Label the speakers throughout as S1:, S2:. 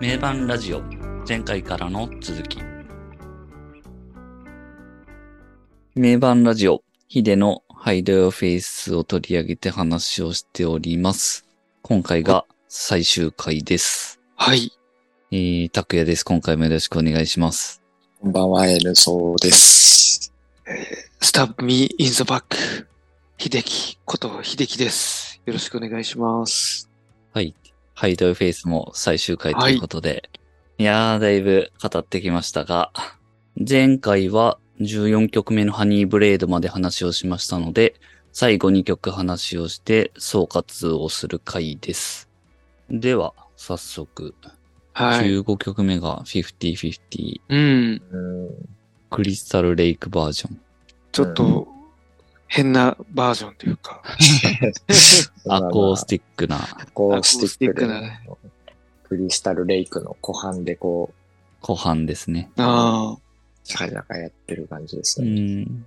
S1: 名盤ラジオ前回からの続き名盤ラジオヒデのハイドヨフェイスを取り上げて話をしております今回が最終回です
S2: はい。
S1: えー、拓也です今回もよろしくお願いします
S3: こんばんは、エルソーです。
S2: Stab me in the back. 秀樹こと秀樹です。よろしくお願いします。
S1: はいハイドヨフェイスも最終回ということで、い、やーだいぶ語ってきましたが前回は14曲目のハニーブレードまで話をしましたので、最後2曲話をして総括をする回です。では、早速、
S2: はい。
S1: 15曲目が50-50
S2: うん。
S3: うん、
S1: クリスタルレイクバージョン。
S2: ちょっと、変なバージョンというか。
S1: アコース
S3: テ
S1: ティックな
S3: ィック。アコースティックで
S2: アコースティックだね
S3: クリスタルレイクの湖畔でこう、
S1: 後半ですね。
S2: あ
S3: シャカシャカやってる感じです
S1: う
S3: ね。
S1: ん。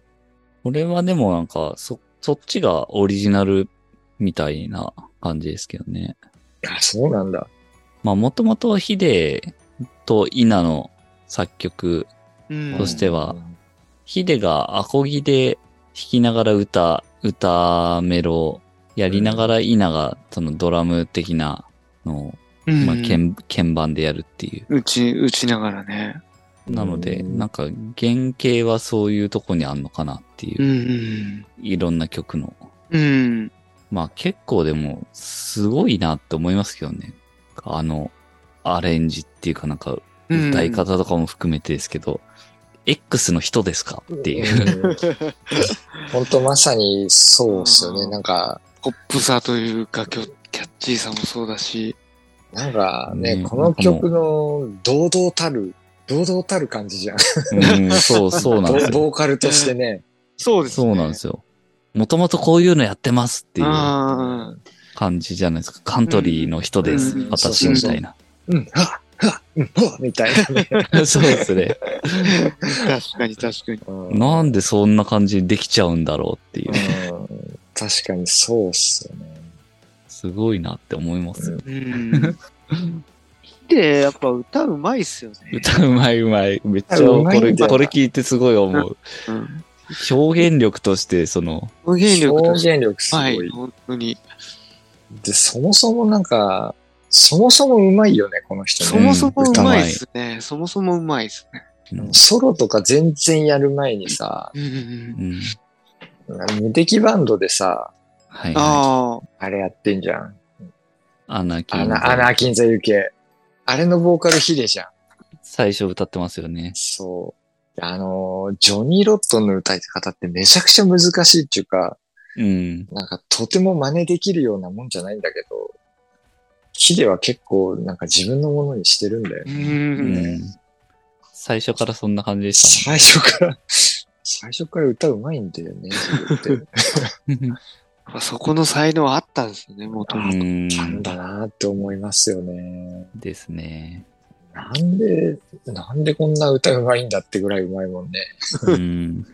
S1: これはでもなんか、そ、そっちがオリジナルみたいな感じですけどね。
S3: あ、そうなんだ。
S1: まあ、もともとヒデとイナの作曲
S2: あ。うん。
S1: そしては
S3: うん
S1: ヒデがアコギで弾きながら歌、歌メロやりながらイナがそのドラム的なのを、
S2: うん、
S1: まあ、鍵鍵盤でやるっていう。
S2: 打ち、打ちながらね。
S1: なので、
S3: うん
S1: なんか原型はそういうとこにあんのかなっていうう、
S2: ん。
S1: いろんな曲の。
S2: うん。
S1: まあ結構でもすごいなって思いますけどね。あの、アレンジっていうかなんか
S2: うん
S1: 歌い。方とかも含めてですけど、X の人ですかっていう。
S3: うん。ほんとまさにそうっすよね。なんか、
S2: ポップさというか、キョキャッチーさもそうだし。
S3: なんかね、
S1: ね
S3: この曲の堂々たる、堂々たる感じじゃん。
S1: うん、 そう、そうなんですよ。
S3: ボーカルとしてね。
S2: そうです
S1: そうなんですよ。もともとこういうのやってますっていう
S2: ああ。
S1: 感じじゃないですか。カントリーの人です、
S2: うん
S1: 私みたいな。
S3: うん、はっ、はっ、うん、はっみたいなね。
S1: そうですね。
S2: 確かに確かに。
S3: う ん
S1: なんでそんな感じできちゃうんだろうっていう。
S3: うん確かにそうっすよね。
S1: すごいなって思います よ。
S2: うん。で、やっぱ歌うまいっすよね。
S1: 歌うまいうまい。めっちゃ
S3: う
S1: こ
S3: まいんだ
S1: れ、
S3: よ
S1: これ聞いてすごい思う。
S2: うん。
S1: 表現力として、その、
S2: 表現力として
S3: 表現力すごい。
S2: はい、本当に。
S3: で、そもそもなんか、そもそもうまいよね、この人
S2: そ
S3: ね。
S2: もそもうまいですね。そもそもうまいですね。
S1: うん
S3: ソロとか全然やる前にさ、
S2: うんうん
S1: う
S2: うん。
S1: ん。
S3: 無敵バンドでさ、
S1: はい、はい。
S2: あ
S3: あれやってんじゃん。
S1: アナキ
S3: ア
S1: ン。
S3: ナ、アナーキンザユケ。あれのボーカルヒデじゃん。
S1: 最初歌ってますよね。
S3: そう。あのー、ジョニー・ロットンの歌い方ってめちゃくちゃ難しいっていうか、
S1: うん。
S3: なんかとても真似できるようなもんじゃないんだけど、ヒデは結構なんか自分のものにしてるんだよ
S2: あ。う。
S3: ね。
S1: うんん。最初からそんな感じでした
S3: 最初から、最初から歌うまいんだよね、 ヒデって。
S1: もんね。
S2: そこの才能あったんですよね、もと
S1: う
S2: もと。
S1: ん。
S3: なんだなって思いますよね。
S1: ですね。
S3: なんで、なんでこんな歌うまいんだってぐらいうまいもんね。
S1: うん。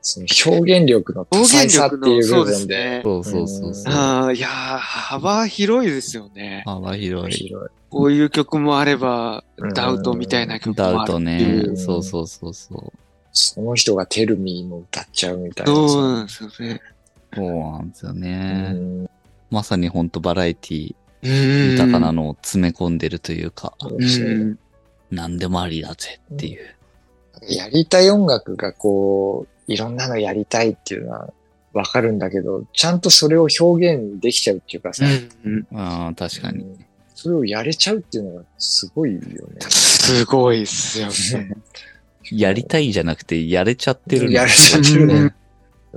S3: その表現力の多
S2: 表
S3: 彩
S2: 現
S3: さって
S2: 力
S3: いう
S2: の、そ
S3: 部
S2: うです
S3: 分で。
S2: ね。
S1: そうそうそうそう。
S2: ああ、いやー、幅広いですよね。
S1: 幅
S3: 広
S1: 広い。
S3: い
S2: こういう曲もあれば
S3: うん、
S2: ダウトみたいな曲
S1: ダ
S2: も
S1: ウ
S2: ある
S1: ト
S2: ってい
S1: ね
S2: う。。
S1: そうそうそうそ
S3: その人がテルミーも歌っちゃうみたいな。
S2: そうなんですよね。
S1: う。そうなんですよ
S3: う
S1: ね。
S3: ん
S1: まさにほんとバラエティ
S2: うん。
S1: 豊かなのを詰め込んでるというか、
S3: そう
S2: う。
S3: そうん
S1: 何でもありだぜっていう。
S3: やりたい音楽がこう、いろんなのやりたいっていうのはわかるんだけど、ちゃんとそれを表現できちゃうっていうかさ、
S2: うん。
S1: ああ、確かに。
S3: うんそれをやれちゃうっていうのがすごいよね。
S2: すごいっすよね。
S1: やりたいじゃなくて、やれちゃってるん
S3: や
S1: だ
S3: れちゃってる
S2: う
S3: ね
S2: ん。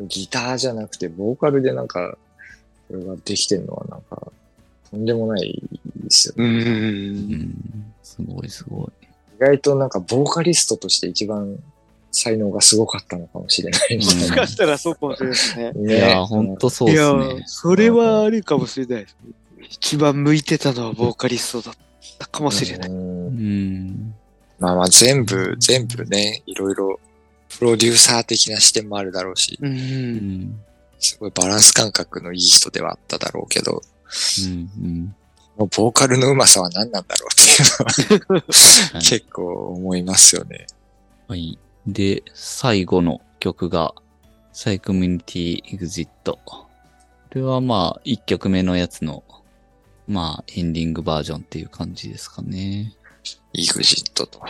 S3: ギターじゃなくて、ボーカルでなんか、それができてるのはなんか、とんでもないですよね。
S2: う。
S1: うんん。すごいすごい。
S3: 意外となんか、ボーカリストとして一番才能がすごかったのかもしれな
S1: うん
S3: い。
S2: もしかしたらそうかもしれないですね。
S1: い
S3: ね
S1: やー、ほんとそうです
S2: いや
S1: ね、。
S2: それはあるかもしれないですね。一番向いてたのはボーカリストだったかもしれない。
S3: うん
S1: うん。
S3: まあまあ全部、全部ね、いろいろ、プロデューサー的な視点もあるだろうし、
S2: う。
S1: うんん。
S3: すごいバランス感覚のいい人ではあっただろうけど、
S1: うん。
S3: のボーカルのうまさは何なんだろうっていうのは
S1: はい
S3: 結構思いますよね。
S1: はい。で、最後の曲が、サイコミュニティエグジット。これはまあ、1曲目のやつの、まあ、エンディングバージョンっていう感じですかね。
S3: イグジットと。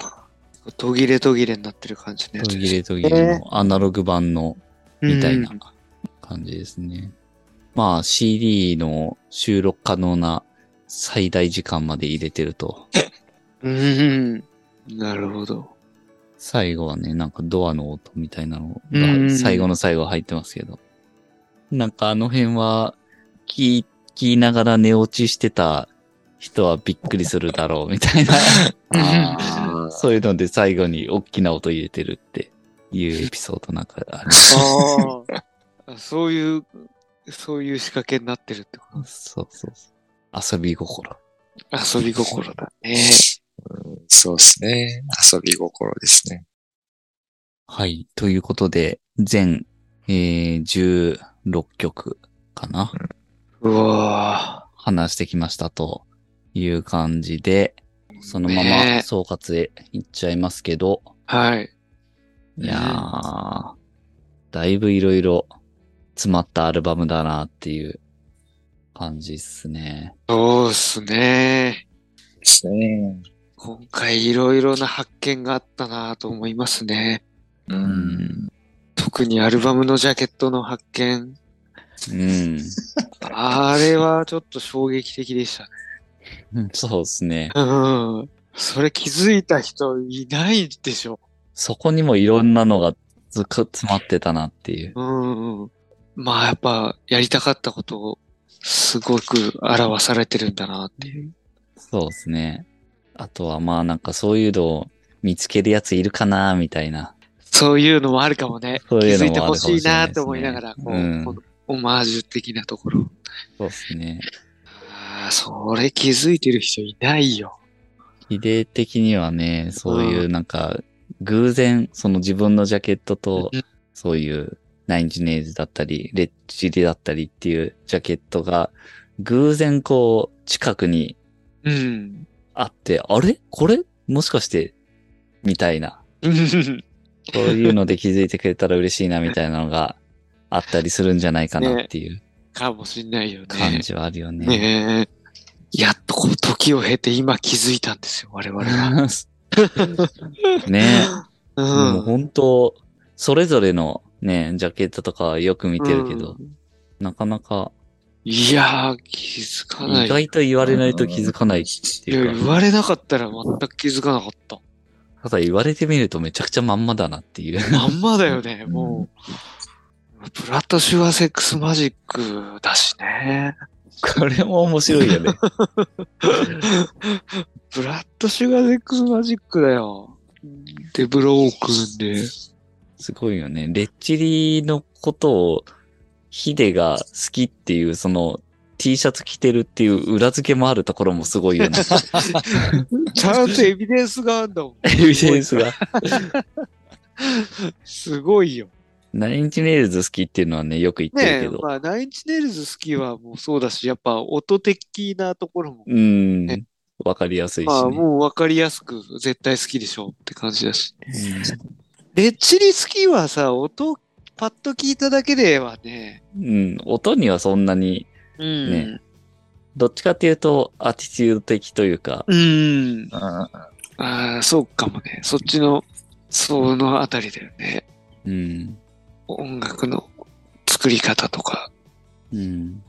S2: 途切れ途切れになってる感じのや
S1: 途
S2: つ
S1: 切れ途切れのアナログ版のみたいな
S2: うん
S1: 感じですね。まあ CD の収録可能な最大時間まで入れてると、
S2: うん。なるほど。
S1: 最後はね、なんかドアの音みたいなの
S2: うん
S1: が最後の最後入ってますけど。なんかあの辺は聞い、聞いながら寝落ちしてた人はびっくりするだろうみたい な。
S3: あー
S1: そういうので最後に大きな音入れてるっていうエピソードなんかあります。
S2: ああ。そういう、そういう仕掛けになってるってこと。
S1: そうそうそう。遊び心。
S2: 遊び心だね。
S3: うんそうですね。遊び心ですね。
S1: はい。ということで、全、えー、16曲かな、
S2: うわ
S1: 話してきましたという感じで、そのま
S2: ね
S1: ま
S2: え
S1: 総括へ行っちゃいますけど、
S2: あ。はい。
S1: いやー、だいぶいろいろ詰まったアルバムだなっていう感じっすね。
S2: そうっすね。
S3: ですね。
S2: 今回いろいろな発見があったなと思いますね。
S3: う。
S1: うんん。
S2: 特にアルバムのジャケットの発見。
S1: うん。
S2: あれはちょっと衝撃的でしたね。
S1: そうですね。
S2: うん。それ気づいた人いないでしょ。
S1: そこにもいろんなのがつか詰まってたなっていう。
S2: うん。まあやっぱやりたかったことをすごく表されてるんだなっていう。
S1: そうですね。あとはまあなんかそういうのを見つけるやついるかなみたいな。
S2: そういうのもあるかもね。
S1: そういうの
S2: 気づいて
S1: もあるかも
S2: ほ
S1: しれ
S2: しい
S1: ないで
S2: な
S1: すね
S2: と思いながら、こう、
S1: うん
S2: このオマージュ的なところ。
S1: そうですね。
S2: ああ、それ気づいてる人いないよ。
S1: 比例的にはね、そういうなんか偶然その自分のジャケットと
S2: うん
S1: そういうナインジネーズだったり、レッチリだったりっていうジャケットが偶然こう近くに
S2: うん。
S1: あって、あれこれもしかしてみたいな。そういうので気づいてくれたら嬉しいなみたいなのがあったりするんじゃないかなっていう
S2: かもしんないよね。
S1: 感じはあるよね。
S2: ねえ。やっとこう時を経て今気づいたんですよ、我々は。
S1: ねえ、
S2: う。
S1: もうん本当それぞれのね、ジャケットとかよく見てるけど、
S2: うん。
S1: なかなか
S2: いやー、気づかない。
S1: 意外と言われないと気づかないって
S2: いや
S1: いう
S2: 言
S1: か、
S2: われなかったら全く気づかなかった。
S1: ただ言われてみるとめちゃくちゃまんまだなっていう。
S2: まんまだよね、もう。プラトシュアセックスマジックだしね。
S1: これも面白いよね。
S2: ブラッドシュガーセックスマジックだよ。で、ブロークンで。
S1: すごいよね。レッチリのことをヒデが好きっていう、その T シャツ着てるっていう裏付けもあるところもすごいよ ね。
S2: ちゃんとエビデンスがあるんだもん。
S1: エビデンスが。
S2: すごいよ。
S1: ナインチネイルズ好きっていうのはね、よく言ってる
S2: ね
S1: け
S2: え、
S1: ど。
S2: まあ、ナインチネイルズ好きはもうそうだし、やっぱ音的なところも、
S1: うん
S2: ね。
S1: わかりやすいし、ね。
S2: まあもう分かりやすく絶対好きでしょうって感じだし。
S1: う
S2: レッチリ好きはさ、音、パッと聞いただけではね、
S1: ん、うん音にはそんなに、
S2: うん。
S1: ねどっちかっていうと、アティチュード的というか、
S2: うん。
S3: うん
S2: ああ、そうかもね。そっちの、そのあたりだよね。
S1: うん。
S2: 音楽の作り方とか。
S1: うん。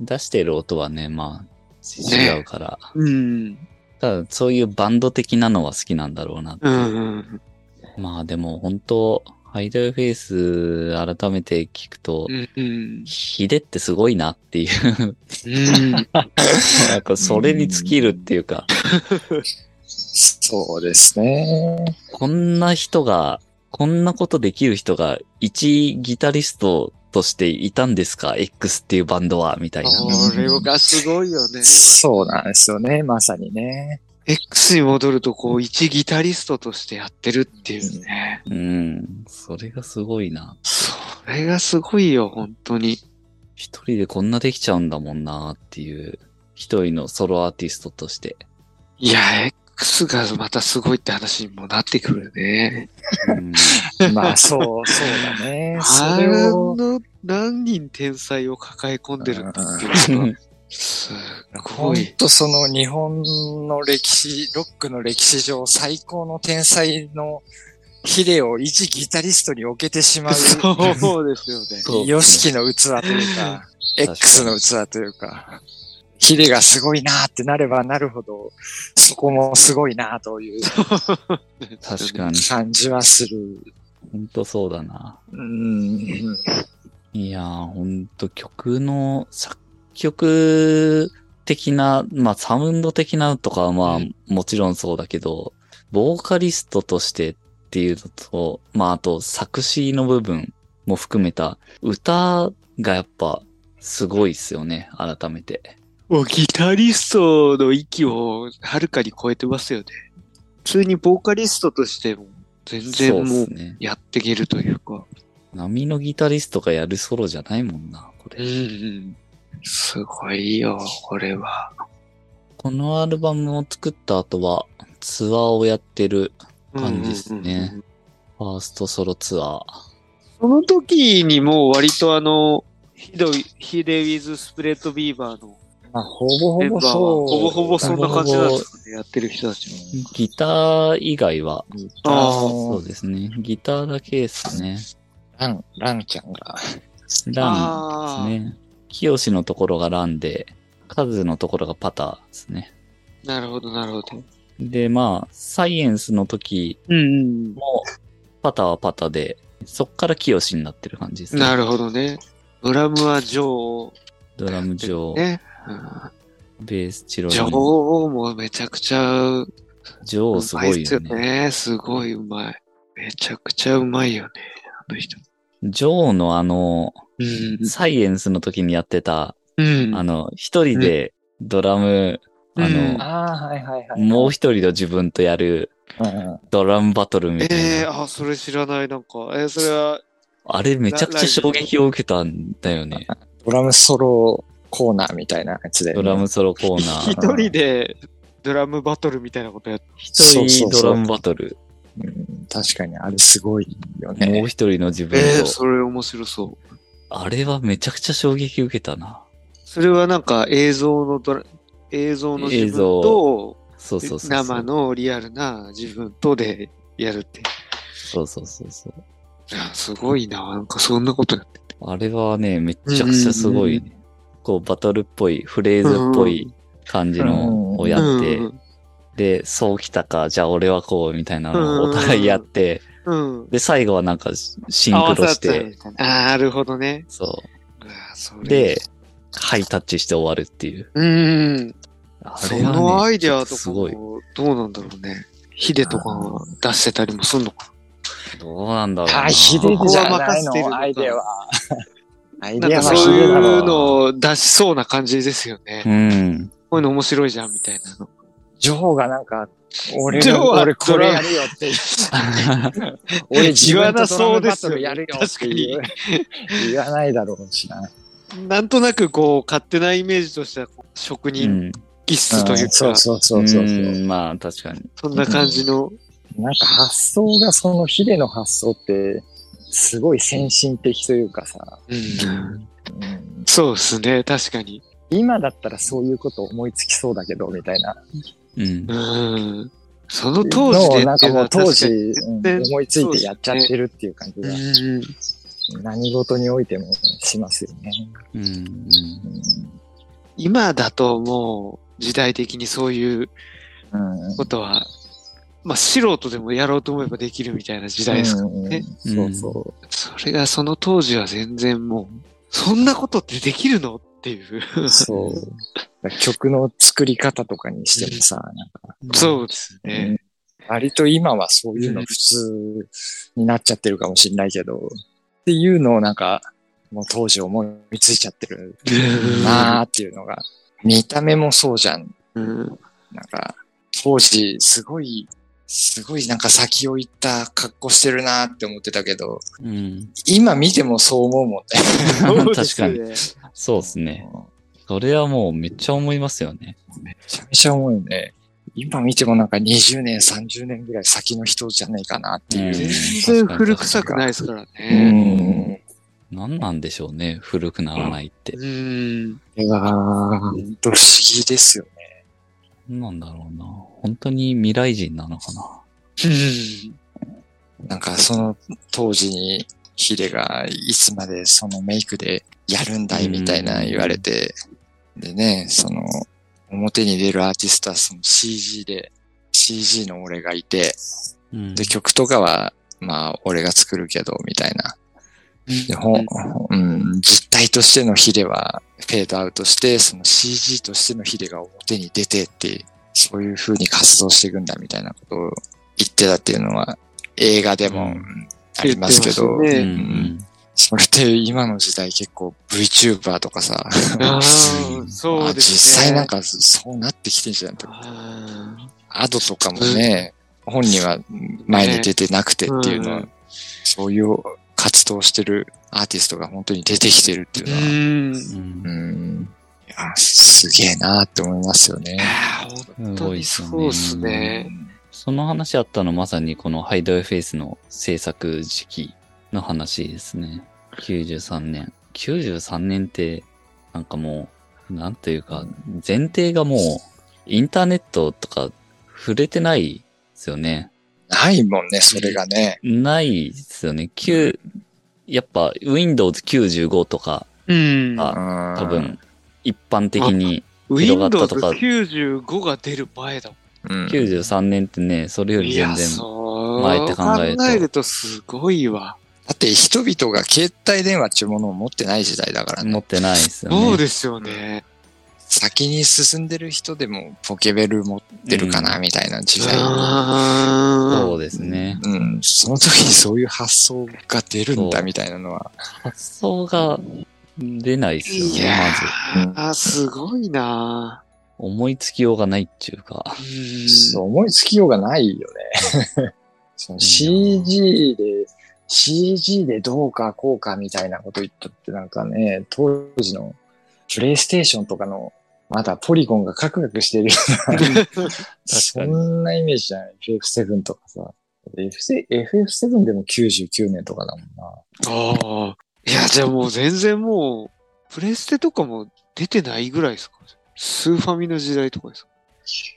S1: 出してる音はね、まあ、違うから。
S2: うん。
S1: ただ、そういうバンド的なのは好きなんだろうなって。
S2: うん。
S1: まあでも本当、ハイドルフェイス改めて聞くと、
S2: うん。
S1: ヒデってすごいなっていう。
S2: うん。
S1: なんかそれに尽きるっていうか、
S3: そうですね。
S1: こんな人が、こんなことできる人が一ギタリストとしていたんですか ?X っていうバンドはみたいな。
S2: これがすごいよね。
S3: そうなんですよね。まさにね。
S2: X に戻ると、こう、一ギタリストとしてやってるっていうね。
S1: うん。それがすごいな。
S2: それがすごいよ、本当に。
S1: 一人でこんなできちゃうんだもんなっていう。一人のソロアーティストとして。
S2: いや、X がまたすごいって話にもなってくるよね。
S1: うん
S3: まあ、そう、そうだね。
S2: あ
S3: それを、
S2: の何人天才を抱え込んでるんだっていう
S1: う
S2: の
S1: ん
S2: がすご
S3: 本
S2: い。
S3: 当その日本の歴史、ロックの歴史上最高の天才のヒレを一ギタリストに置けてしまう、
S2: そうですよね。
S1: そう
S3: ヨシキの器と いうか、X の器というか、ヒレがすごいなーってなればなるほど、そこもすごいなーという
S1: 確かに。
S3: 感じはする。
S1: ほんとそうだな。
S3: うん。
S1: いやー、ほんと曲の作曲的な、まあサウンド的なとかはまあ、
S2: う
S1: もちろんそうだけど、ボーカリストとしてっていうのと、まああと作詞の部分も含めた歌がやっぱすごいっすよね、改めて。
S2: もうギタリストの域をはるかに超えてますよね。普通にボーカリストとしても全
S1: そう
S2: 然
S1: っ
S2: もう
S1: すね。
S2: やっていけるというか。
S1: 波のギタリストがやるソロじゃないもんな、こ
S2: う
S1: れ。
S2: ん。すごいよ、これは。
S1: このアルバムを作った後はツアーをやってる感じっすね
S2: うんうんうんうん。
S1: ファーストソロツアー。
S2: その時にもう割とあの、ヒドイヒデウィズ・スプレッド・ビーバーの
S3: まあ、ほぼ
S2: メ
S3: ほ
S2: ンバ
S3: ぼ
S2: ーは
S3: そう。
S2: ほぼほぼそんな感じなんで
S3: ほぼほぼ
S2: すよね、やってる人たちも。
S1: ギター以外は、
S2: あー
S1: そ
S3: そう
S1: ですね。ギターだけですね。
S3: ラン、ランちゃんが。
S1: ラン
S2: あー
S1: ですね。清のところがランで、カズのところがパターですね。
S2: なるほど、なるほど。
S1: で、まあ、サイエンスの時
S2: うん、
S1: も、パターはパターで、そっから清になってる感じですね。
S2: なるほどね。ドラムはジョ
S1: ドラム上
S2: ー、、ね。うん
S1: ベースチロリン
S2: ジョーもめちゃくちゃ
S1: ジョー
S2: う
S1: すご
S2: まい
S1: い
S2: っすよ
S1: よね。
S2: ね。すごいうまい。めちゃくちゃうまいよね、あの人。
S1: ジョーのあの、
S2: うん
S1: サイエンスの時にやってた、
S2: うん。
S1: あの、一人でドラム、あ
S2: うん
S1: の、
S3: ああ、はいはいは
S1: もう一人の自分とやる
S3: うん
S1: ドラムバトルみたいな。
S2: ええー、あ、それ知らない、なんか。えー、それ は、
S1: あれめちゃくちゃ衝撃を受けたんだよね。
S3: ドラムソロコーナーみたいなやつで、
S1: ドラムソロコーナー。
S2: 一 人でドラムバトルみたいなことやって
S1: 一人
S3: そうそうそう
S1: ドラムバトル。
S3: うん確かにあれすごいよ
S1: も
S3: ね
S1: う。一人の自分
S2: えー、
S1: と。
S2: それ面白そう。
S1: あれはめちゃくちゃ衝撃受けたな。
S2: それはなんか映像のドラ、映像の自分と、
S1: そうそうそうそう。
S2: 生。のリアルな自分とでやるって。
S1: そうそうそうそう。
S2: いやすごいな、なんかそんなことやって。
S1: あれはね、めちゃくちゃすごい、ね。こうバトルっぽい、フレーズっぽい感じのをやって、
S2: うん
S1: で、そう来たか、じゃあ俺はこうみたいなのをお互いやって、
S2: うん。
S1: で、最後はなんかシン
S2: 合わ
S1: クロ
S2: さっ
S1: したて、
S2: みたいな。あーなるほどね。
S1: そう
S2: わそれ
S1: う。で、ハイタッチして終わるっていう。
S2: うん。そのアイデアと
S1: す
S2: か
S1: ごい。
S2: も、どうなんだろうね。ヒデとかが出してたりもすんのか
S1: どうなんだろうな。
S3: あ、ひで
S2: ここ
S3: じ
S2: は
S3: ゃない
S2: 任せてるの
S3: の、
S2: か
S3: アイデアは。ア イ
S2: な。
S3: デ
S2: な
S3: ア
S2: ん
S3: は
S2: か
S3: ひ
S2: そう
S3: でだろ
S2: いうのを出しそうな感じですよね。
S1: うん。
S2: こういうの面白いじゃん、みたいなの。
S3: ジョーがなんか、俺
S2: ジョー
S3: の、
S2: は
S3: 俺これやるよって。 俺自分とドラムバトルやるよっていう。言わないだろうしな。
S2: なんとなくこう、勝手なイメージとしては、こう職
S1: う
S2: 人
S1: ん。
S2: 気質というか、
S3: そうそうそうそうそう。
S1: んまあ、確かに。
S2: そんな感じの、
S3: なんか発想がそのヒデの発想って、すごい先進的というかさ、
S2: うん
S3: うん
S2: そうですね、確かに。
S3: 今だったらそういうこと思いつきそうだけど、みたいな。
S1: うん
S2: う。ん。その当時で
S3: のをなん
S2: ってい
S3: か
S2: うの
S3: も
S2: は
S3: う当
S2: 確
S3: 時、
S2: かに
S3: うん
S2: 然
S3: 思いついてやっちゃってるっていう感じ
S2: う
S3: が、
S2: ん。
S3: 何事においてもしますよね。
S1: うん。
S2: 今だともう、時代的にそういう
S3: うん。うん
S2: ことは、まあ素人でもやろうと思えばできるみたいな時代ですからね。
S3: うんそうそ
S2: それがその当時は全然もう、そんなことってできるのっていう。
S3: う。そう。だから曲の作り方とかにしてもさ、なんか
S2: そうですね。
S3: 割と今はそういうの普通になっちゃってるかもしれないけど、っていうのをなんか、もう当時思いついちゃってるなーっていうのが、見た目もそうじゃん。
S2: うん
S3: なんか、当時すごい、すごいなんか先を行った格好してるなーって思ってたけど、
S1: うん。うん。
S3: 今見てもそう思うもんね。
S1: 確かに。
S2: に。
S1: そうですね。それはもうめっちゃ思いますよね。
S3: めちゃめちゃ重いね。今見てもなんか20年、30年ぐらい先の人じゃないかなっていう。
S2: 全然古臭くないですから
S3: う
S2: ね。
S3: ん。
S1: 何なんでしょうね、古くならないって。
S2: うん。
S3: いやー、ほんと不思議ですよね。
S1: 何なんだろうな。本当に未来人なのかな。
S3: なんかその当時にヒデがいつまでそのメイクでやるんだいみたいな言われて、でね、その表に出るアーティストはその CG で、CG の俺がいて、
S1: うん
S3: で曲とかはまあ俺が作るけどみたいな。でほ
S2: うん
S3: んうん、実体としてのヒデはフェードアウトして、その CG としてのヒデが表に出てって、そういう風に活動していくんだみたいなことを言ってたっていうのは映画で
S1: う
S3: も
S1: ん
S3: ありますけど、
S2: 言ってますね
S1: うん
S3: それって今の時代結構 VTuber とかさ、
S2: あーそうですね。
S3: 実際なんかそうなってきてんじゃん。
S2: あ
S3: アドとかもね、本人は前に出てなくてっていうのは、
S2: うん
S3: そういう活動してるアーティストが本当に出てきてるってい
S2: ー。
S3: うのは、
S2: うん。
S1: うん
S3: うん、いやすげえなって思いますよ
S2: いや
S3: ね。
S2: ー本当にそうっすね。
S1: その話あったのまさにこのハイドウェイフェイスの制作時期の話ですね。93年。93年って、なんかもう、なんというか、前提がもう、インターネットとか触れてないですよね。
S3: ないもんね、それがね。
S1: ないですよね。旧、やっぱ Windows 95とか、
S2: うん。
S1: あ多
S3: 多。
S1: 分、一般的に、広がったと
S2: Windows
S1: か
S2: 95が出る前だもん。
S3: うん
S1: 93年ってね、それより
S2: い
S1: 全
S2: や、
S1: 然、
S2: そう
S1: 前って考えると
S2: 考えるとすごいわ。
S3: だって人々が携帯電話っていうものを持ってない時代だからね
S1: 持ってないですよね。
S2: そうですよね。
S3: 先に進んでる人でもポケベル持ってるかな、みたいな時代に、
S1: そ
S2: あ
S1: うですね。
S3: うん。その時にそういう発想が出るん
S1: そ
S3: だ
S1: う
S3: みたいなのは。
S1: 発想が出ないですよ
S2: い
S1: ね、
S2: や
S1: まず。
S3: ま
S2: ー、
S3: ず
S2: すごいな
S1: 思いつきようがないっていうか。
S2: ー
S3: そう思いつきようがないよね。 その CG で、CG でどうかこうかみたいなこと言ったってなんかね、当時のプレイステーションとかのまだポリゴンがカクカクしてるようなそんなイメージじゃない ?FF7 とかさ。F- FF7 でも99年とかだもん
S2: あ
S3: な。
S2: あ。いや、じゃあもう全然もう、プレステとかも出てないぐらいですかスーファミの時代とかですか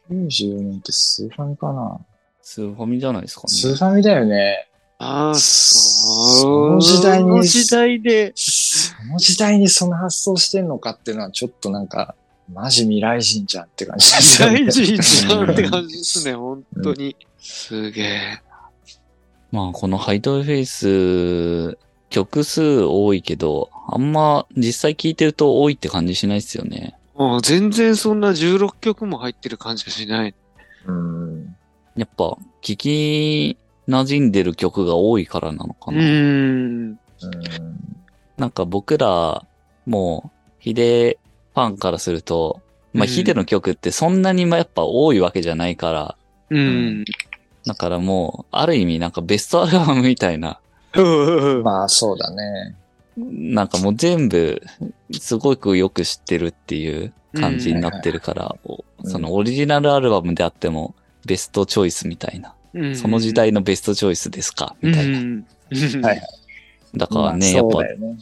S3: 94年ってスーファミかな
S1: スーファミじゃないですか
S3: スー
S1: ね。
S3: ファミだよね。
S2: ああ、
S3: その時代に
S2: その時代で。
S3: その時代にその発想してんのかっていうのはちょっとなんか、マジ未来人じゃんって感じです
S2: 時
S3: よね
S2: 代人じゃんって感じですね、本当に。すげえ。
S1: まあ、このハイドルフェイス、曲数多いけど、あんま実際聴いてると多いって感じしないですよね。
S2: もう全然そんな16曲も入ってる感じがしない。
S3: うん。
S1: やっぱ、聴き馴染んでる曲が多いからなのか
S2: う
S1: な。
S2: ーん。
S3: うん
S1: なんか僕ら、もう、ヒデファンからすると、まあ、
S2: うん
S1: ヒデの曲ってそんなにまあやっぱ多いわけじゃないから、
S2: うん。
S1: だからもう、ある意味なんかベストアルバムみたいな、
S2: うん
S3: まあそうだね。
S1: なんかもう全部、すごくよく知ってるっていう感じになってるから、
S3: うん
S1: そのオリジナルアルバムであっても、ベストチョイスみたいな、
S2: うん
S1: その時代のベストチョイスですか、
S2: うん
S1: みたいな。
S2: うん
S3: はい
S1: だからね、
S3: ま
S1: やっ
S3: あそう
S1: ぱ
S3: だ、よね。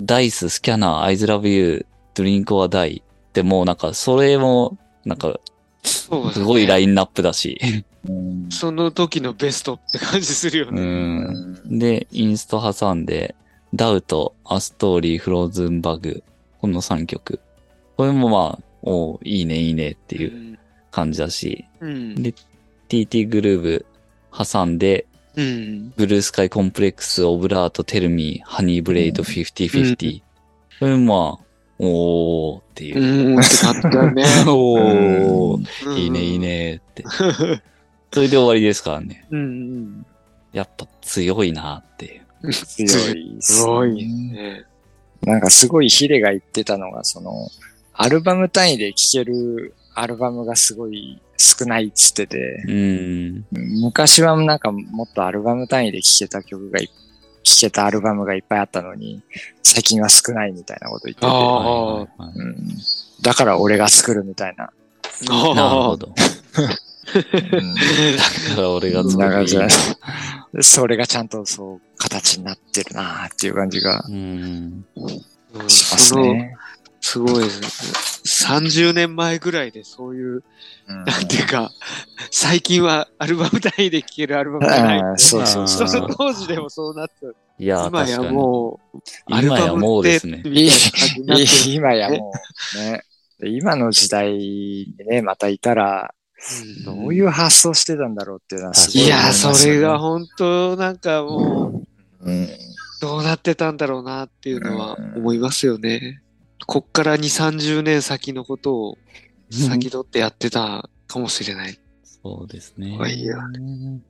S1: ダイス、スキャナー、アイズラブユー、ドリンクはダイってもうなんか、それも、なんか、
S2: そうです
S1: す
S2: ね
S1: ごいラインナップだし。
S3: うん
S2: その時のベストって感じするよ
S1: う
S2: ね。
S1: ん
S3: う。ん
S1: で、インスト挟んで、ダウト、アストーリー、フローズンバグ、この3曲。これもまあ、おういいね、いいねっていう感じだし、
S2: うん。
S1: で TT グルーブ挟んで、
S2: うん。
S1: ブルースカイコンプレックス、オブラート、テルミー、ハニーブレイド、50-50。これもまあ、おーっていうう。
S2: ん、って感じだね。
S1: おー、
S2: う ん
S1: いいね、いい。ね って。それで終わりですからね。
S2: うん。
S1: やっぱ強いなっていう。
S3: 強いっ
S2: す
S3: ね
S2: ごいね。
S3: なんかすごいヒデが言ってたのが、その、アルバム単位で聴けるアルバムがすごい少ないっつってて、
S1: うん。
S3: 昔はなんかもっとアルバム単位で聴けた曲がいっ聴けたアルバムがいっぱいあったのに、最近は少ないみたいなこと言ってて。
S2: あー
S1: はいはいはい
S3: うん、だから俺が作るみたいな。
S2: あ
S1: なるほ ど。
S3: うん
S1: だから俺が
S3: そん
S1: 作
S3: な
S1: る
S3: 感じだね それがちゃんとそう、形になってるなっていう感じが
S1: うん。
S2: うん
S3: します
S2: その、
S3: ね。
S2: すごいですね。30年前ぐらいでそういう、
S3: うん
S2: なんていうか、最近はアルバム単位で聴けるアルバムじゃない。
S3: あーそうそう
S2: そ
S3: そう。
S2: の当時でもそうなって
S1: いやー、
S2: 今
S1: 確
S2: や
S1: かに。
S2: もう、アル
S1: 今や
S2: バ
S1: も
S2: ム
S1: う
S2: って
S1: ですね。
S2: みたいな感じになってる
S3: 今やもうね、で今の時代にね、またいたら、どういう発想してたんだろうっていうのはすご
S2: い
S3: い思い
S2: やー、
S3: ますよね、
S2: それが本当、なんかもう、
S3: うん、
S2: どうなってたんだろうなっていうのは
S3: うん
S2: 思いますよね。こっから2、30年先のことを先取ってやってたかもしれない。
S1: そうですね。
S2: まあいいや
S1: うん
S3: だ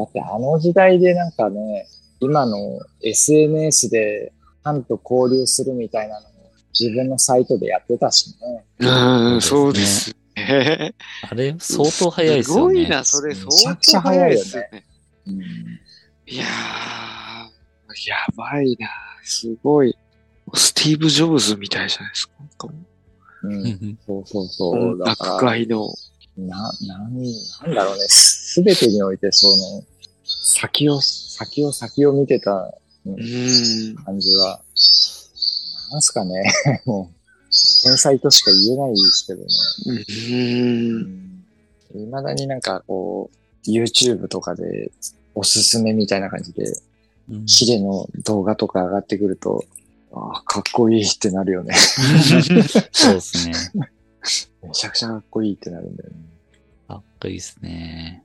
S3: ってあの時代でなんかね、今の SNS でファンと交流するみたいなのも自分のサイトでやってたしね。
S2: うん、そ
S1: そうう
S2: で
S1: ですす
S2: ね。
S1: あれ、相当早いですすよ
S2: ご
S1: ね。
S2: いな、それ、
S3: めち
S2: 相
S3: ゃくち
S2: 当
S3: ゃ
S2: 早
S3: 早
S2: い
S3: い
S2: で
S3: よね
S2: すよね。いやー、やばいな、すごい。スティーブ・ジョブズみたいじゃないですか。なんかも
S3: うん。
S1: うんうん。
S3: そうそう
S2: う
S3: そう。
S2: 音
S3: だ
S2: 楽
S3: から、
S2: 界の。
S3: な、なん、なんだろうね。すべてにおいて、その、先を、先を先を見てた
S2: うん。
S3: 感じは、なんすかね。 もう、天才としか言えないですけどね。
S2: うん。
S3: いまだになんかこう、YouTube とかでおすすめみたいな感じで、
S1: うん
S3: ヒレの動画とか上がってくると、ああ、かっこいいってなるよね。
S1: そうですね。
S3: めちゃくちゃかっこいいってなるんだよね。
S1: かっこいいですね。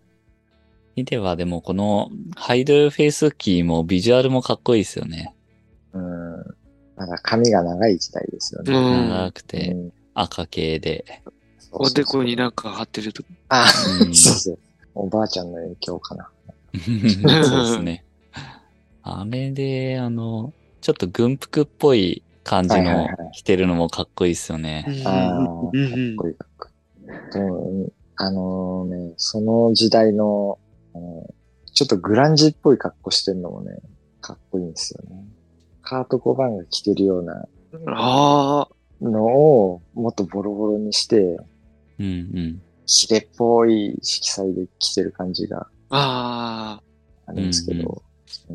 S1: では、でもこのハイドルフェイスキーもビジュアルもかっこいいですよね。
S3: うん。なんか髪が長い時代ですよ
S2: う
S3: ね。
S2: ん
S1: 長。くて
S3: うん
S1: 赤系で。
S3: そう
S2: お
S3: そう
S2: で
S3: そう
S2: こになんか貼ってるとか。
S3: あ
S1: うん
S3: そう
S1: そ
S3: そう。おばあちゃんの影響かな。
S1: うですね。あれで、あの、ちょっと軍服っぽい感じ
S3: はいはい
S1: の
S3: は
S1: 着てるのもかっこいいですよね。
S3: あ
S2: う
S3: あ、
S2: ん
S3: かっこいいかっこいい。でも、あのね、その時代の、あのちょっとグランジっぽい格好してるのもね、かっこいいんですよね。カート・コバーンが着てるような
S2: ああ、
S3: のをもっとボロボロにして、
S1: うんうん。
S3: ヒレっぽい色彩で着てる感じが
S2: ああ、
S3: あるんですけど、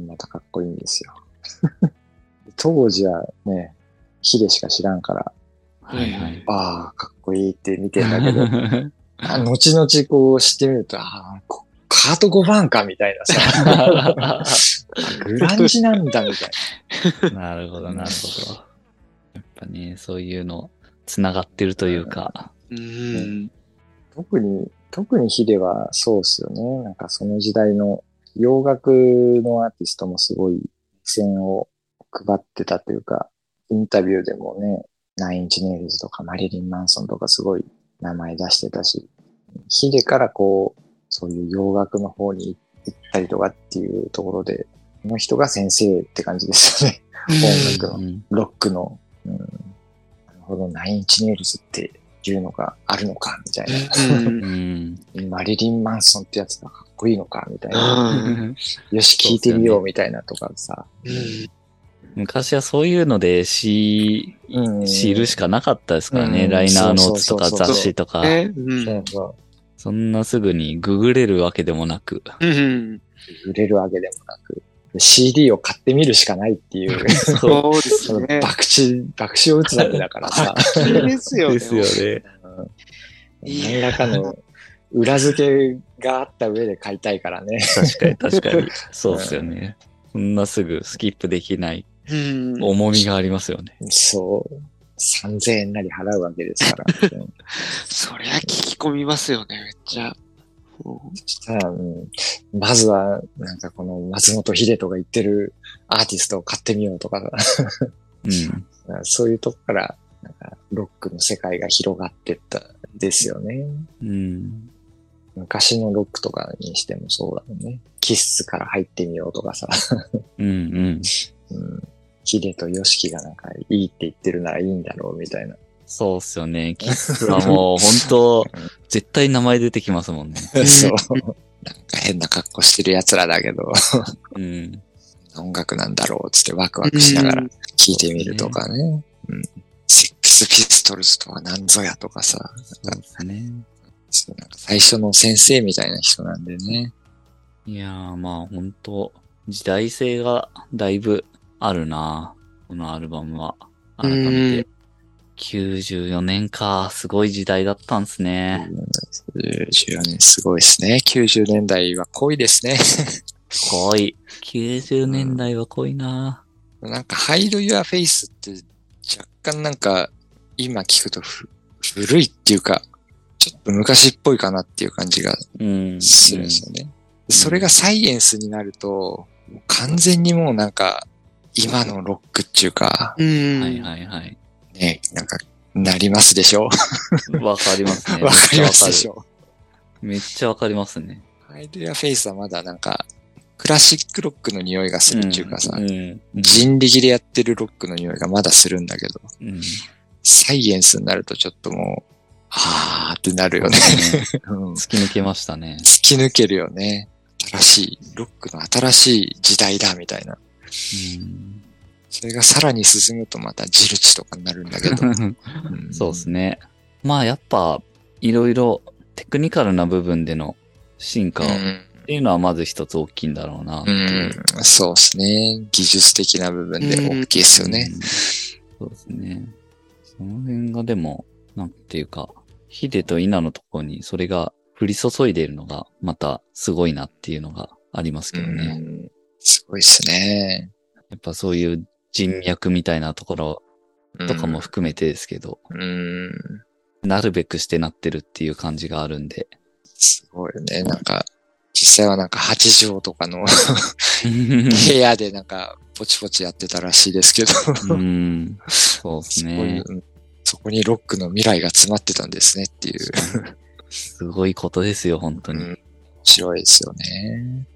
S3: またかっこいいんですよ。 当時はね、ヒレしか知らんから、
S1: はいはい。
S3: ああ、かっこいいって見てんだけど、あ後々こうしてみると、ああ、こカート5番かみたいなさ、グランジなんだみたい
S1: なるほど、なるほど。やっぱね、そういうの、つながってるというか。
S2: うん。
S3: な。特に、特にヒデはそうっすよね。なんかその時代の洋楽のアーティストもすごい線を配ってたというか、インタビューでもね、ナインチネイルズとかマリリン・マンソンとかすごい名前出してたし、ヒデからこう、そういう洋楽の方に行ったりとかっていうところで、この人が先生って感じですよね。 音楽の
S1: うん
S3: ロックの、うん、なるほど、ナインチネイルズっていうのがあるのか、みたい
S2: うん。
S1: うん。
S3: な。マリリン・マンソンってやつがかっこいいのか、みたいな。
S2: うん。
S3: よし、聞いてみよう、みたいなとかさ。
S1: 昔はそういうので知、
S3: うん
S1: 知るしかなかったですからね。
S3: うん
S1: ライナーノーツとか
S3: そうそうそうそ
S1: 雑
S3: う
S1: 誌とか。
S2: ね、うん
S3: そうそ
S1: そんなすぐにググれるわけでもなく。
S2: うん。
S3: う。売れるわけでもなく。CD を買ってみるしかないっていう、
S1: そう
S2: そうです
S3: その
S2: ね。
S3: 爆地、爆地を打つだけだからさ。
S2: ですよね。
S1: ですよね。
S2: いや
S3: 何らかの裏付けがあった上で買いたいからね。
S1: 確かに確か に。そうですよね。そんなすぐスキップできない
S2: うん。
S1: 重みがありますよね。
S3: そう。3000円なり払うわけですから。うん
S2: そりゃ聞き込みますよね、めっちゃ。
S3: そしたら、うん、まずは、なんかこの松本秀人が言ってるアーティストを買ってみようとか、
S1: うん。
S3: そういうとこから、なんかロックの世界が広がってったんですよね。
S1: うん。
S3: 昔のロックとかにしてもそうだもんね。キッスから入ってみようとかさ、
S1: うんうん。
S3: うん、秀とヨシキがなんかいいって言ってるならいいんだろうみたいな。
S1: そうっすよね。キッスはもう本当、絶対名前出てきますもんね。
S3: そう。なんか変な格好してる奴らだけど、
S1: うん。
S3: 音楽なんだろうっつってワクワクしながら
S2: うん
S3: 聴いてみるとかね。うん。セックスピストルズとは何ぞやとかさ、
S1: そうですね。
S3: そうなんか最初の先生みたいな人なんでね。
S1: いやー、まあ本当時代性がだいぶあるな。このアルバムは。改
S2: う
S1: め
S2: ん
S1: て。94年か。すごい時代だったんですね。
S3: 14年すごいですね。90年代は濃いですね。
S1: 濃い。90年代は濃いな。
S3: なんか、ハイド・ユア・フェイスって若干なんか、今聞くとふ古いっていうか、ちょっと昔っぽいかなっていう感じが
S1: うん。
S3: するんですよね。それがサイエンスになると、もう完全にもうなんか、今のロックっていうか、
S2: うん。
S1: はいはいはい。
S3: ね、なんか、なりますでしょわ
S1: わかります ね。
S3: かりますでしょ
S1: めっちゃわかるめっちゃわかりますね。
S3: ハイド・ユア・フェイスはまだなんか、クラシックロックの匂いがするっていうかさ、
S1: うんうん
S3: 人力でやってるロックの匂いがまだするんだけど、
S1: うん
S3: サイエンスになるとちょっともう、はーってなるよね。 うん
S1: 突き抜けましたね。
S3: 突き抜けるよね。新しい、ロックの新しい時代だみたいな。
S1: うん
S3: それがさらに進むとまたジルチとかになるんだけ ど。ん
S1: そうですね。まあやっぱ、いろいろテクニカルな部分での進化っ
S3: う
S1: ていうのはまず一つ大きいんだろうなって
S3: ん。
S1: いう。
S3: うんそうですね。技術的な部分で大きいですよね。
S1: うん。そうですね。その辺がでも、なんていうか、ヒデとイナのところにそれが降り注いでいるのがまたすごいなっていうのがありますけどね。
S3: うんすごいですね。
S1: やっぱそういう人脈みたいなところ
S3: うん
S1: とかも。含めてですけど、
S3: うん。
S1: なるべくしてなってるっていう感じがあるんで。
S3: すごいよね。なんか、実際はなんか8畳と かの部屋でなんか、ポチポチやってたらしいですけど。
S1: うん。そうですね。
S3: うんそこにロックの未来が詰まってたんですねっていう。
S1: すごいことですよ、本当
S3: う
S1: に。
S3: ん面白いですよね。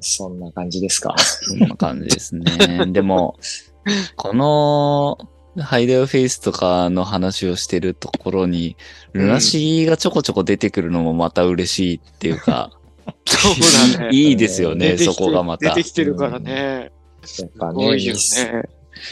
S3: そんな感じですか。
S1: そんな感じですね。でも、この、ハイデオフェイスとかの話をしてるところに、ルナシーがちょこちょこ出てくるのもまた嬉しいっていうか、
S2: そうだね。
S1: いいですよね、
S2: 出てき
S1: そ
S2: て
S1: こがまた
S2: 出。てきてるからね。
S3: やっぱ
S2: すご
S3: ね、
S2: いよ
S3: 密
S2: ね。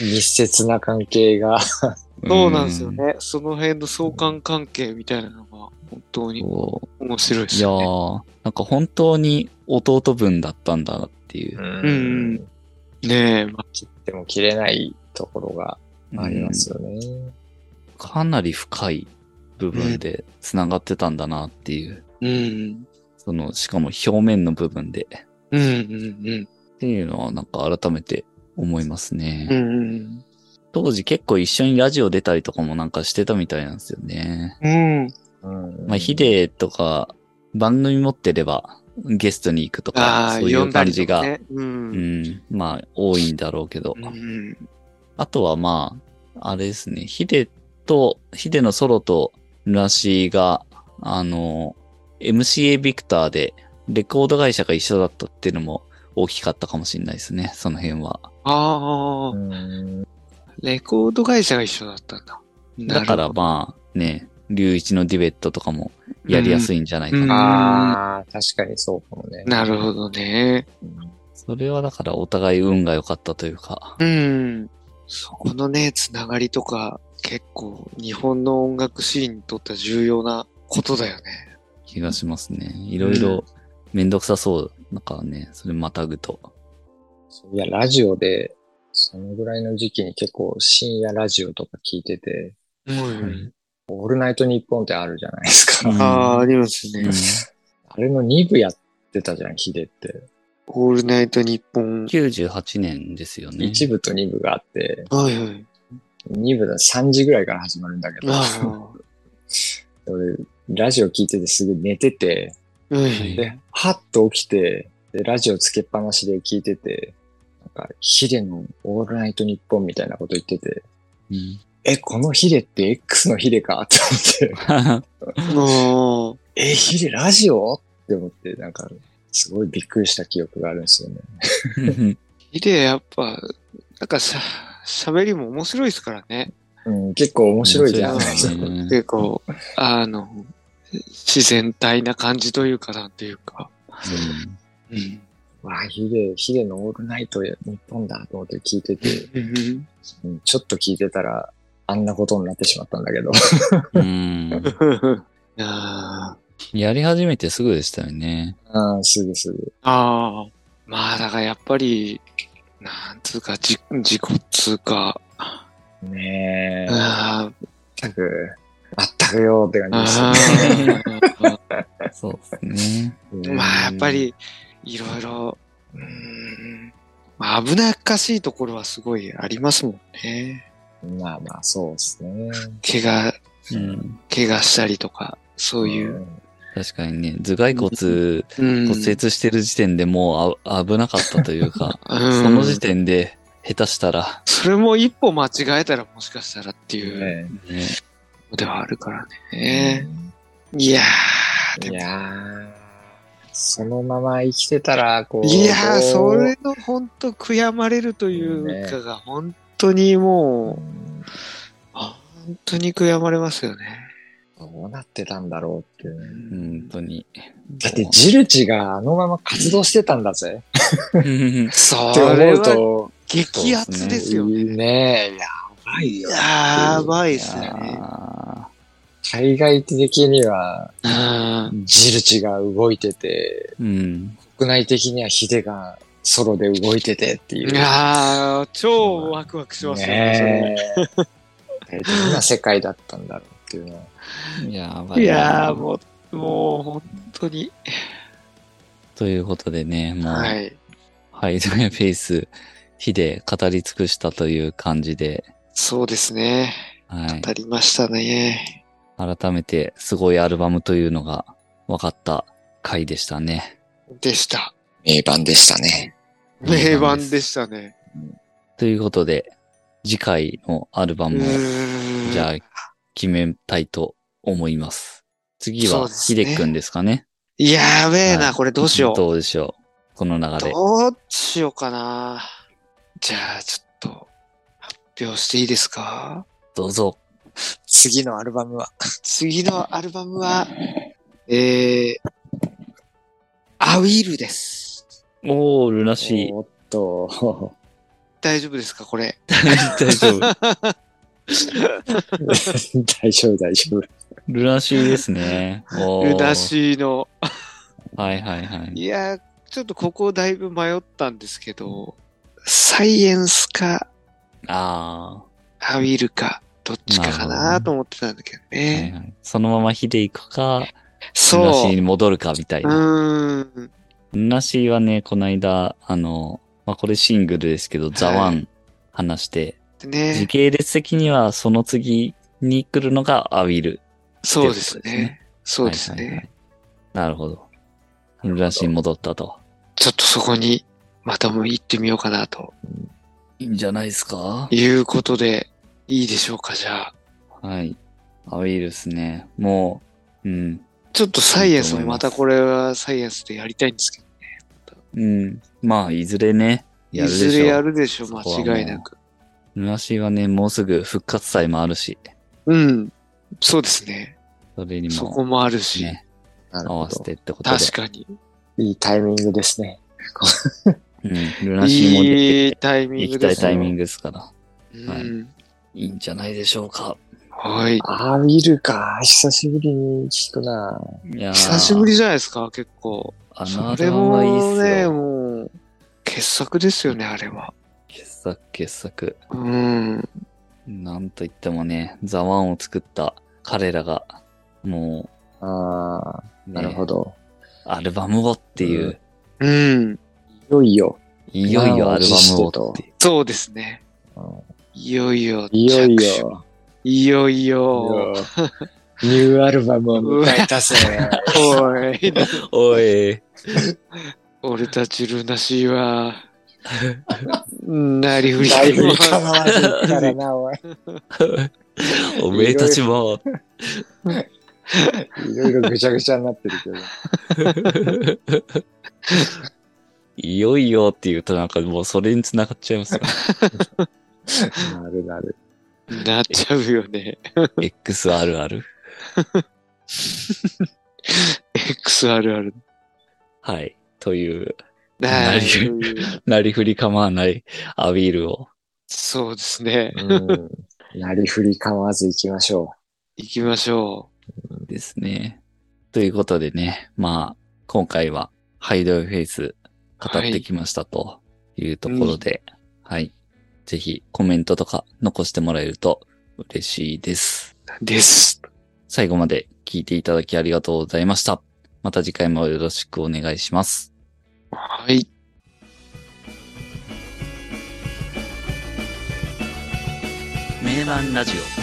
S3: 密接な関係が。
S2: そうなんですよ
S1: ん。
S2: ね。その辺の相関関係みたいなのが本当に
S1: そう
S2: 面白いで
S1: い
S2: す
S1: や
S2: よね。
S1: ー、なんか本当に弟分だったんだなっていうう。
S2: んねえ、ま
S3: 切っても切れないところがありますよね。
S1: うんかなり深い部分で繋がってたんだなっていう。
S2: うん。
S1: その、しかも表面の部分で。
S2: うんうん
S1: っていうのはなんか改めて思いますね。
S2: うん。うん
S1: 当時結構一緒にラジオ出たりとかもなんかしてたみたいなんですよね。
S2: うん。うん。
S3: うん
S1: まあ、ヒ。デとか番組持ってればゲストに行くと
S2: あ
S1: か、
S2: あ、
S1: そうい
S2: 読
S1: うん
S2: だ
S1: 感
S2: り
S1: じ
S2: と
S1: が、
S2: かね。
S1: う
S2: うん。うん
S1: ん、まあ多いんだろうけど。
S2: うん。
S1: あとはまあ、あれですね、ヒデと、ヒデのソロとルナシーが、あの、MCA ビクターでレコード会社が一緒だったっていうのも大きかったかもしれないですね、その辺は。
S2: ああ、
S3: うん
S2: レコード会社が一緒だったんだ。
S1: だからまあね、龍一のディベットとかもやりやすいんじゃないかな。
S2: うん
S3: ああ、確かにそうかもね。
S2: なるほどね。
S3: うん
S1: それはだからお互い運が良かったというか。
S2: うん。そこのね、つながりとか、結構、日本の音楽シーンにとっては重要なことだよね。
S1: 気がしますね。いろいろめんどくさそうだからね、それまたぐと。
S3: いや、ラジオで、そのぐらいの時期に結構深夜ラジオとか聞いてて、
S2: うん。
S3: オールナイトニッポンってあるじゃないで すか。
S1: うん
S2: ああ、ありますね。
S3: あれの2部やってたじゃん、ヒデって。
S2: オールナイト日本。
S1: 98年ですよね。
S3: 1部と2部があって、
S2: はいはい。
S3: 2部だ3時ぐらいから始まるんだけど、
S2: ああ。
S3: 俺、ラジオ聞いててすぐ寝てて、
S2: うん。
S3: で、はっと起きて、で、ラジオつけっぱなしで聞いてて、なんか、ヒデのオールナイトニッポンみたいなこと言ってて、
S1: うん
S3: え、このヒデって X のヒデかって思って。
S2: あ
S3: え、ヒデラジオって思って、なんか、すごいびっくりした記憶があるんですよね。
S2: あ。ヒデ、やっぱ、なんかしゃ、喋りも面白いですからね。
S3: うん、結構面白いじゃ
S2: ん
S3: ないですか。
S1: 面白いね
S2: 結構、あの、自然体な感じというかなんていうか。うん。
S3: わあ、ヒデ、ヒデのオールナイト日本だと思って聞いてて、うんちょっと聞いてたら、あんなことになってしまったんだけど。
S1: うん。
S2: いやーあ
S1: やり始めてすぐでしたよね。
S3: うん、すぐすぐ。
S2: あ。まあ、だからやっぱり、なんつうか、じ、事故っつうか、
S3: ねえ、
S2: あ
S3: 全く、あったくよーって感じですよ
S2: あ
S3: ね。
S2: ー
S1: そうですね。
S3: うん
S2: まあ、やっぱ、り、いろいろ、うーん、まあ、危なっかしいところはすごいありますもんね。
S3: まあまあ、そうですね。
S2: 怪我、
S1: うん。
S2: 怪我したりとか、そういう。
S3: ん
S1: 確かにね、頭蓋骨
S2: うん
S1: 骨折してる時点でもうあ危なかったというか、その時点で下手したら、
S2: それも一歩間違えたらもしかしたらっていう
S3: ね
S1: ね、
S2: のではあるからね。
S3: い
S2: いやー、でも
S3: やー、そのまま生きてたら、こう。
S2: いやー、
S3: ど
S2: そうれの本当悔やまれるというかが、本当に
S3: う
S2: もう、
S3: ん
S2: 本当に悔やまれますよね。
S3: どうなってたんだろうっていうね。
S1: 本当に。
S3: だって、ジルチがあのまま活動してたんだぜ。
S1: うん
S2: そ
S3: って
S2: れ
S3: 思う
S2: は
S3: と、
S2: 激アツですよね。
S3: いいねやばいよ。
S2: やばいっ
S1: い
S2: すよね。
S1: や
S3: 海外的には、
S2: うん
S3: ジルチが動いてて、
S1: ーうん。
S3: 国内的にはヒデがソロで動いててっていう。
S2: いやー、超ワクワクしますよね。
S3: ね え。どんな世界だったんだろうっていうのは。
S1: や
S2: そ
S1: ば
S2: れ
S1: い。
S2: いやー、もう、もう本当に。
S1: ということでね、もう、
S2: は
S1: はい、
S2: い。
S1: ハイドフェイス、火で語り尽くしたという感じで、
S2: そうですね。
S1: はい。
S2: 語りましたね。
S1: 改めてすごいアルバムというのが分かった回でしたね。
S2: でした。
S3: 名盤でしたね。
S2: 名盤でしたね。
S1: ということで、次回のアルバムを
S2: うーん
S1: じゃあ決めたいと思います。次
S2: そう
S1: は
S2: です
S1: ひ
S2: ね
S1: でくんですかね。
S2: やべえ
S1: は
S2: な、
S1: い
S2: これどうしよう。
S1: どうでしょう。この流れ。
S2: どうしようかな。じゃあ、ちょっと、発表していいですか
S1: どうぞ。
S3: 次のアルバムは。
S2: 次のアルバムは、えー、アウィルです。
S1: おー、ルナシー。
S3: おっと。
S2: 大丈夫ですかこれ。
S1: 大丈夫。
S3: 大丈夫、大丈夫。
S1: ルナシーですね。おー
S2: ルナシーの。
S1: はいはいはい。
S2: いやー、ちょっとここだいぶ迷ったんですけど、サイエンスか、
S1: あ
S2: アウィルか、どっちかか
S1: なるほど
S2: な
S1: ね
S2: と思ってたんだけど
S1: ー、はい
S2: ね。
S1: はい。そのまま火で行くか、ルナシ
S2: そ
S1: ー
S2: う。
S1: に戻るかみたいうな。
S2: ーん。
S1: ルナシーはね、この間、あの、まあ、これシングルですけど、ザワン話して、時
S2: ね。
S1: 系列的にはその次に来るのがアウィル。
S2: そうです
S1: ってことですね
S2: ね。そうです
S1: はいはいは
S2: ね。
S1: いなるほど。ルナシーに戻ったと。
S2: ちょっとそこに、またもう行ってみようかなと
S1: いいんじゃないですか
S2: いうことで、いいでしょうか、じゃあ。
S1: はい。アウィルですね。もう、うん。
S2: ちょっとサイエンスも
S1: いいと思いま
S2: ますたこれはサイエンスでやりたいんですけど、
S1: うん。まあ、いずれね、や
S2: い
S1: るでしょう。
S2: ずれやるでしょう、
S1: そこはもう
S2: 間違いなく。
S1: ルナシーはね、もうすぐ復活祭もあるし、
S2: うん。そうですね。
S1: それに
S2: そ
S1: も、
S2: こもあるし、
S1: ね、
S3: なる
S1: 合
S3: ほ
S1: わせ
S3: ど。
S1: てってことで。
S2: 確かに。
S3: いいタイミングですね。
S1: うん。ルナシーも
S2: い
S1: 出
S2: いタイミ
S1: 行
S2: ング
S1: きた
S2: で
S1: い
S2: すよ
S1: タイミングですから。は
S2: うん。
S1: いいんじゃないでしょうか。
S2: はい。
S3: ああ、見るか。久しぶりに聞くな。
S1: いやー
S2: 久しぶり。じゃないですか、結構。
S1: あのア
S2: そ
S1: ル
S2: れ
S1: バム
S2: も
S1: はいいっす
S2: ね、
S1: よ。
S2: もう、傑作ですよね、あれは。
S1: 傑作、傑作。
S2: うん。
S1: なんといってもね、ザワンを作った彼らが、も
S3: ああ、
S1: う、ね
S3: なるほど。
S1: アルバムをっていう、
S2: うん。
S3: いよいよ。
S1: いよいよアルバムをっていう。
S2: そうですね。
S3: うん
S2: いよいよ、
S3: いよ
S2: 着
S3: い
S2: 手。
S3: よ。
S2: いよいよ。
S3: ニューアルバムを迎えたぜ。
S2: お
S1: お
S2: い。
S1: い。
S2: 俺たちルナシーは、なりふり
S3: だいぶ
S2: 構
S3: 構
S2: わ
S3: わず行ったらな、おい。
S1: おめえたちも。
S3: いろいろぐちゃぐちゃになってるけど。
S1: いよいよって言うとなんかもうそれに繋がっちゃいますよ。
S3: なるなる。
S2: ずなっちゃうよね。
S1: XRR。
S2: XRR。
S1: はい。というなりふ
S2: り。
S1: なりふり構わないアビールを。
S2: そうですね。
S3: うん。なりふり構わず行きましょ
S2: 行きましょ
S1: ですね。ということでね、まあ、今回はハイドルフェイス語ってきましたというところで、はい、ぜひコメントとか残してもらえると嬉しいです。
S2: う。です。
S1: 最後まで聞いていただきありがとうございました。また次回もよろしくお願いします。
S2: はい。
S1: 名盤ラジオ。